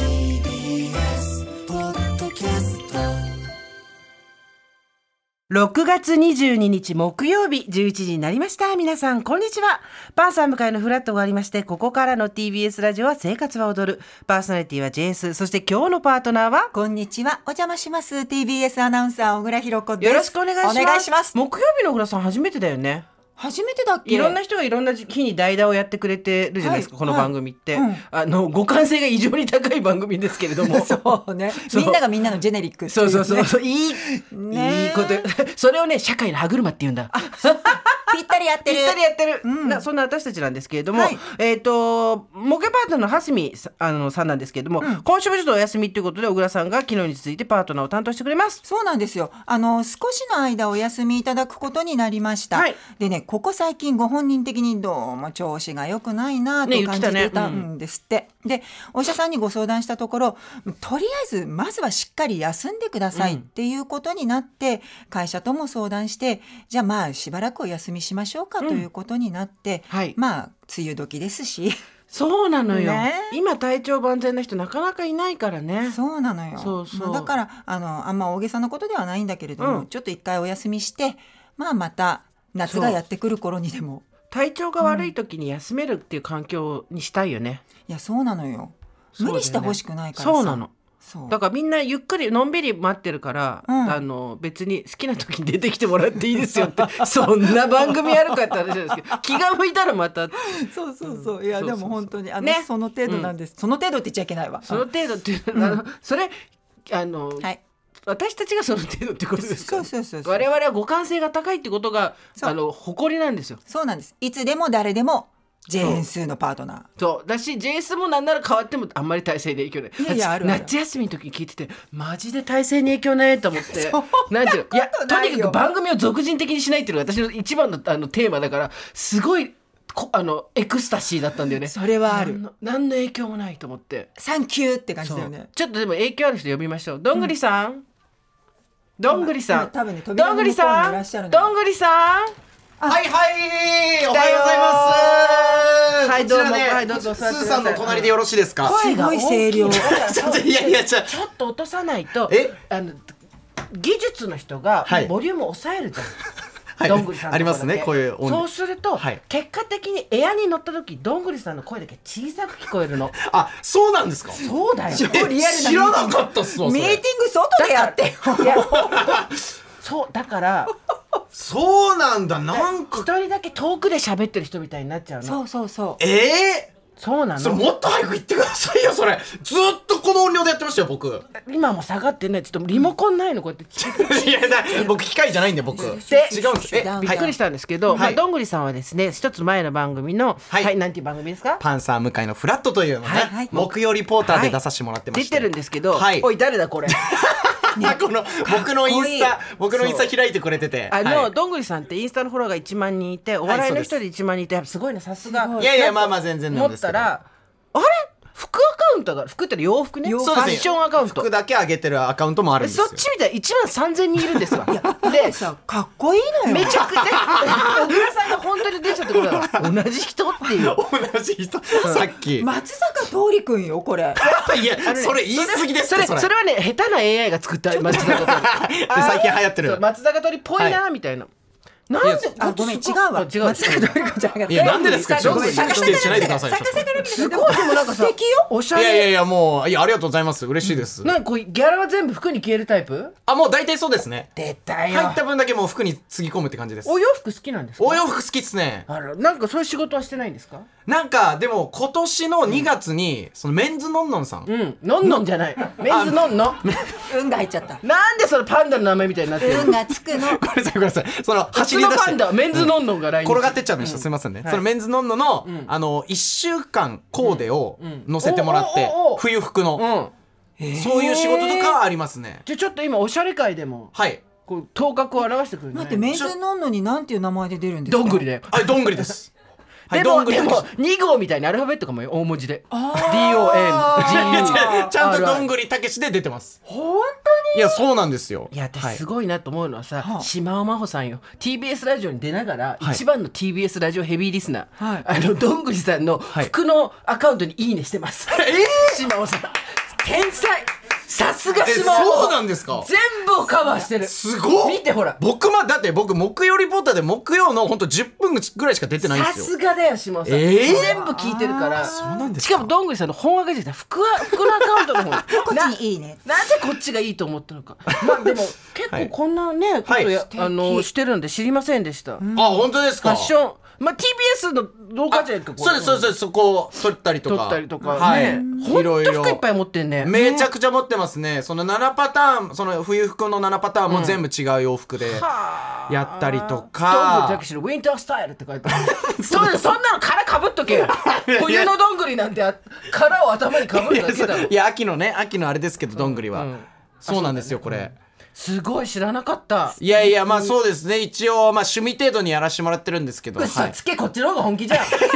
TBS ポッドキャスト6月22日木曜日11時になりました。皆さん、こんにちは。パンサー向かいのフラットがありまして、ここからの TBS ラジオは生活は踊る。パーソナリティは JS。そして今日のパートナーは、こんにちは。お邪魔します。TBS アナウンサー、小倉弘子です。よろしくお願いします。お願いします。木曜日の小倉さん初めてだよね。初めてだっけいろんな人がいろんな日に代打をやってくれてるじゃないですか、はいこの番組って。はいうんあの、互換性が異常に高い番組ですけれども。 そうね。そうみんながみんなのジェネリックっていそうねそうそうそう。いい、ねいいこと。それをね、社会の歯車って言うんだ。ぴったりやってる。ぴったりやってる、うんなそんな私たちなんですけれども、はいえっ、とモケパートナーの蓮見さあのさんなんですけれども、今週もちょっとお休みということで小倉さんが昨日に続いてパートナーを担当してくれます。そうなんですよ。あの、少しの間お休みいただくことになりました。はいでね、ここ最近ご本人的にどうも調子が良くないなね言とっ感てじたねていたんですって。で、お医者さんにご相談したところ、とりあえず、まずはしっかり休んでくださいっていうことになって、会社とも相談して、じゃあまあ、しばらくお休みしましょうかということになって、はいまあ、梅雨時ですし、そうなのよ、ね今体調万全な人なかなかいないからね。そうなのよ。そうそうまあだからあのあんま大げさなことではないんだけれども、うんちょっと一回お休みして、まあまた夏がやってくる頃にでも。体調が悪い時に休めるっていう環境にしたいよね。いやそうなのよ。そうだよね無理してほしくないからさ。そうなの。そう。だからみんなゆっくりのんびり待ってるから、うんあの別に好きな時に出てきてもらっていいですよって そんな番組あるかって話なんですけど気が向いたらまた そうそうそういやそうそうそうでも本当にあの、ねその程度なんです、その程度って言っちゃいけないわ。その程度っていう、あのそれあの、うんはい。私たちがその程度ってことですかそうそうそうそう我。々は互換性が高いってことがそうあの誇りなんですよそうなんです。いつでも誰でもジェーンスーのパートナー。そうだし JS もなんなら変わってもあんまり体制に影響ないいやい私やあるある夏休みの時に聞いててマジで体制に影響ないと思ってなんていうのいやとないよにかく番組を俗人的にしないっていうのが私の一番のあのテーマだからすごいこあのエクスタシーだったんだよねそれはあ何る。の何の影響もないと思って。サンキューって感じだよそうね。ちょっとでも影響ある人呼びましょう。どんぐりさん。どんぐりさ今ん。多分ね扉どのんぐ向こうりにいらさっしゃるん。んだどんぐりさん。はいはいおはようございますはいどうもこちらねはいどうぞスーさんの隣でよろしいですかすごい声量。ちょっといやいやちょちょっと落とさないと。えあの技術の人がはいボリュームを抑えるじゃん。 はいどんぐりさんのありますねだけこういう音そうすると、はい結果的にエアに乗った時どんぐりさんの声だけ小さく聞こえ るのあそうなんですかそうだよえ知らなかったっすわそミーティれング外でやってよ。いや本当そうだからそうなんだなん一か人だけ遠くで喋ってる人みたいになっちゃうのそうそうそうそう。えなー、のそれもっと早く言ってくださいよそれずっとこの音量でやってましたよ僕 い今も下がってないちょっとリモコンないのこうやってチッやだ僕機械じゃないんで僕違うんですでえダウンびっくりしたんですけど、いまあ、どんぐりさんはですね一つ前の番組の、は、はいいなんていう番組ですかパンサー向かいのフラットというのね、はいはい木曜リポーターで出させてもらってま出してて、るんですけど、はいおい誰だこれあ この僕のインスタか僕のインスタ開いてくれててあの、はいどんぐりさんってインスタのフォロワーが1万人いてお笑いの人で1万人いて、すごいねさすがいやいやまあまあ全然な思んっですけたどらあれ服アカウントが服って洋服ねフそうでァすッねションアカウント服だけ上げてるアカウントもあるんでそすよっちみたい1万3000人いるんですわでさかっこいいのめよ。ちゃくちゃ小倉さんが本当に出ちゃってこれ同じ人っていう同じ人さっき、松坂桃李君よこれ。いやそれ言い過ぎ ですそよれそれそれはね下手な AI が作った松坂 桃李で最近流行ってるそう松坂桃李っぽいはなみたいな、なんであごめん違うあわ。違う松坂桃李君じゃなかった。いやなんでですかごめんちょっと否定しないでくださいよ逆さから見てす ごいでもなんかさ素敵よ。おしゃいれやいやいやもういやありがとうございます嬉しいです、なんかこうギャラは全部服に消えるタイプあもう大体そうですね出た入った分だけもう服につぎ込むって感じですお洋服好きなんですかお洋服好きっすねあらなんかそういう仕事はしてないんですかなんかでも今年の2月に、そのメンズノンノンさん、うんのんのんじゃないメンズのんの ん運が入っちゃった。なんでそのパンダの名前みたいになってる運がつく の。ごめんなさいごめんなさいその 走走りり出のパしてンダはメンズのんのんが来日転がってっちゃいました、すみませんね、そのメンズノンノの、あの1週間コーデを乗せてもらって、おおおお冬服の、うんそういう仕事とかはありますね、じゃあちょっと今おしゃれ界でもはいこう頭角を表してくるんじゃ待なっいて、メンズノンノになんていう名前で出るんですかどんぐりだよあどんぐり です。はいでどんもぐりでですも2号みたいなアルファベットかもよ大文字で DON あー ちゃんとどんぐりたけしで出てます。本いやそうなんですよ。いや私はいすごいなと思うのはさ、はあ島尾真帆さんよ TBS ラジオに出ながら、はい一番の TBS ラジオヘビーリスナー、はいあのどんぐりさんのはい服のアカウントに「いいね」してます、島尾さん天才さすがえ島尾そうなんですか。全部をカバーしてるすごっ見てほら僕まだって僕木曜リポーターで木曜の本当10分ぐらいしか出てないんでさすよ。すがだよ島尾さん、えー全部聞いてるからそうなんですしかかもどんぐりさんの本赤字だ服は服のアカウントの方 当こっちにいいね。なぜこっちがいいと思ったのか。まあでも結構こんなね、ことやはあのしてるんで知りませんでした。フあ本当ですァか。ッション、まあ TBS の動画じゃないか。こそうですそうですそこを撮ったりとか。撮ったりとかはいね。本当いろいろ服いっぱい持ってんね。めちゃくちゃ持ってますね。その7パターン、その冬服の7パターンも全部違う洋服でやったりとどんぐりたかけ。しのウィンタースタイルって書いてある。 そうですそんなの殻かぶっとけよ。冬のどんぐりなんてあ殻を頭にかぶるだけだろ い。や秋のね秋のあれですけどどんぐりは、うんそうなんですよこれ、すごい知らなかった。いやいやまあそうですね一応まあ趣味程度にやらしてもらってるんですけど、はい、い嘘やつけこっちの方が本気 じゃん。だいや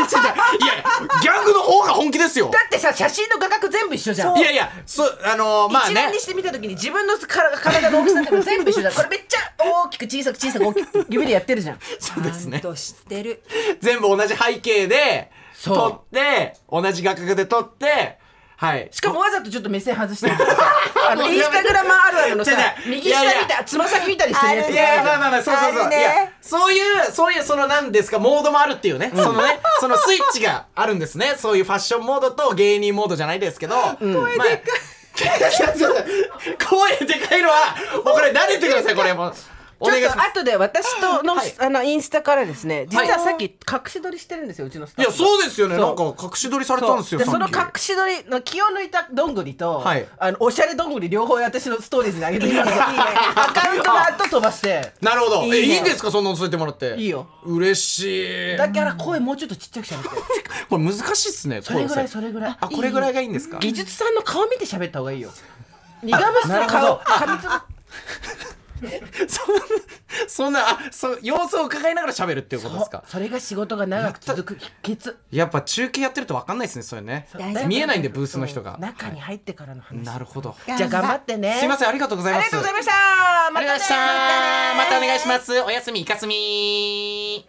ギャングの方が本気ですよってさ写真の画角全部一緒じゃんい。やいやそうあのーまあ一ね覧にしてみたときに自分のから体の大きさでも全部 一緒だこれめっちゃ大きく小さく小さく大きく指でやってるじゃんそうですちゃんねと知ってる。全部同じ背景でそう撮って同じ画角で撮ってはいしか もわざとちょっと目線外してるあのインスタグラマーあるあるのさ違う違う右下いやいや見たつま先見たりしてるやつあいるやいやまあまあまあそうそうそあう、るねいやそういうそういうそのなんですかモードもあるっていうね、そのねそのスイッチがあるんですねそういうファッションモードと芸人モードじゃないですけど、声でかい、声でかいのはもうこれ慣れてくださいこれもうおちょ願いしっますと後で私との,、はいあのインスタからですね実はさっき隠し撮りしてるんですようちのスタいッフやそうですよねそうなんか隠し撮りされたんですよそうそのさっ隠きし撮りの気を抜いたどんぐりと、はいあのおしゃれどんぐり両方私のストーリーズに上げてきます アカウントの後飛ばしてなるほどいえいいねいんですかそんなの添えてもらっていいよ嬉しいだから声もうちょっとちっちゃくしゃべってこれ難しいっすねそれぐらいそれれぐらいあこれぐらいがいいんですか技術さんの顔見て喋った方がいいよ苦虫の顔髪つぶそんな そんなあそう様子を伺いながら喋るっていうことですかそそれが仕事が長く続く秘訣やっぱ中継やってると分かんないですねそれね大丈夫見えないんでブースの人が中に入ってからの話なるほどじゃあ頑張ってねすいませんありがとうございあまりがすとうございましたまありがとうございましたたねまたお願いしますおやすみいかすみ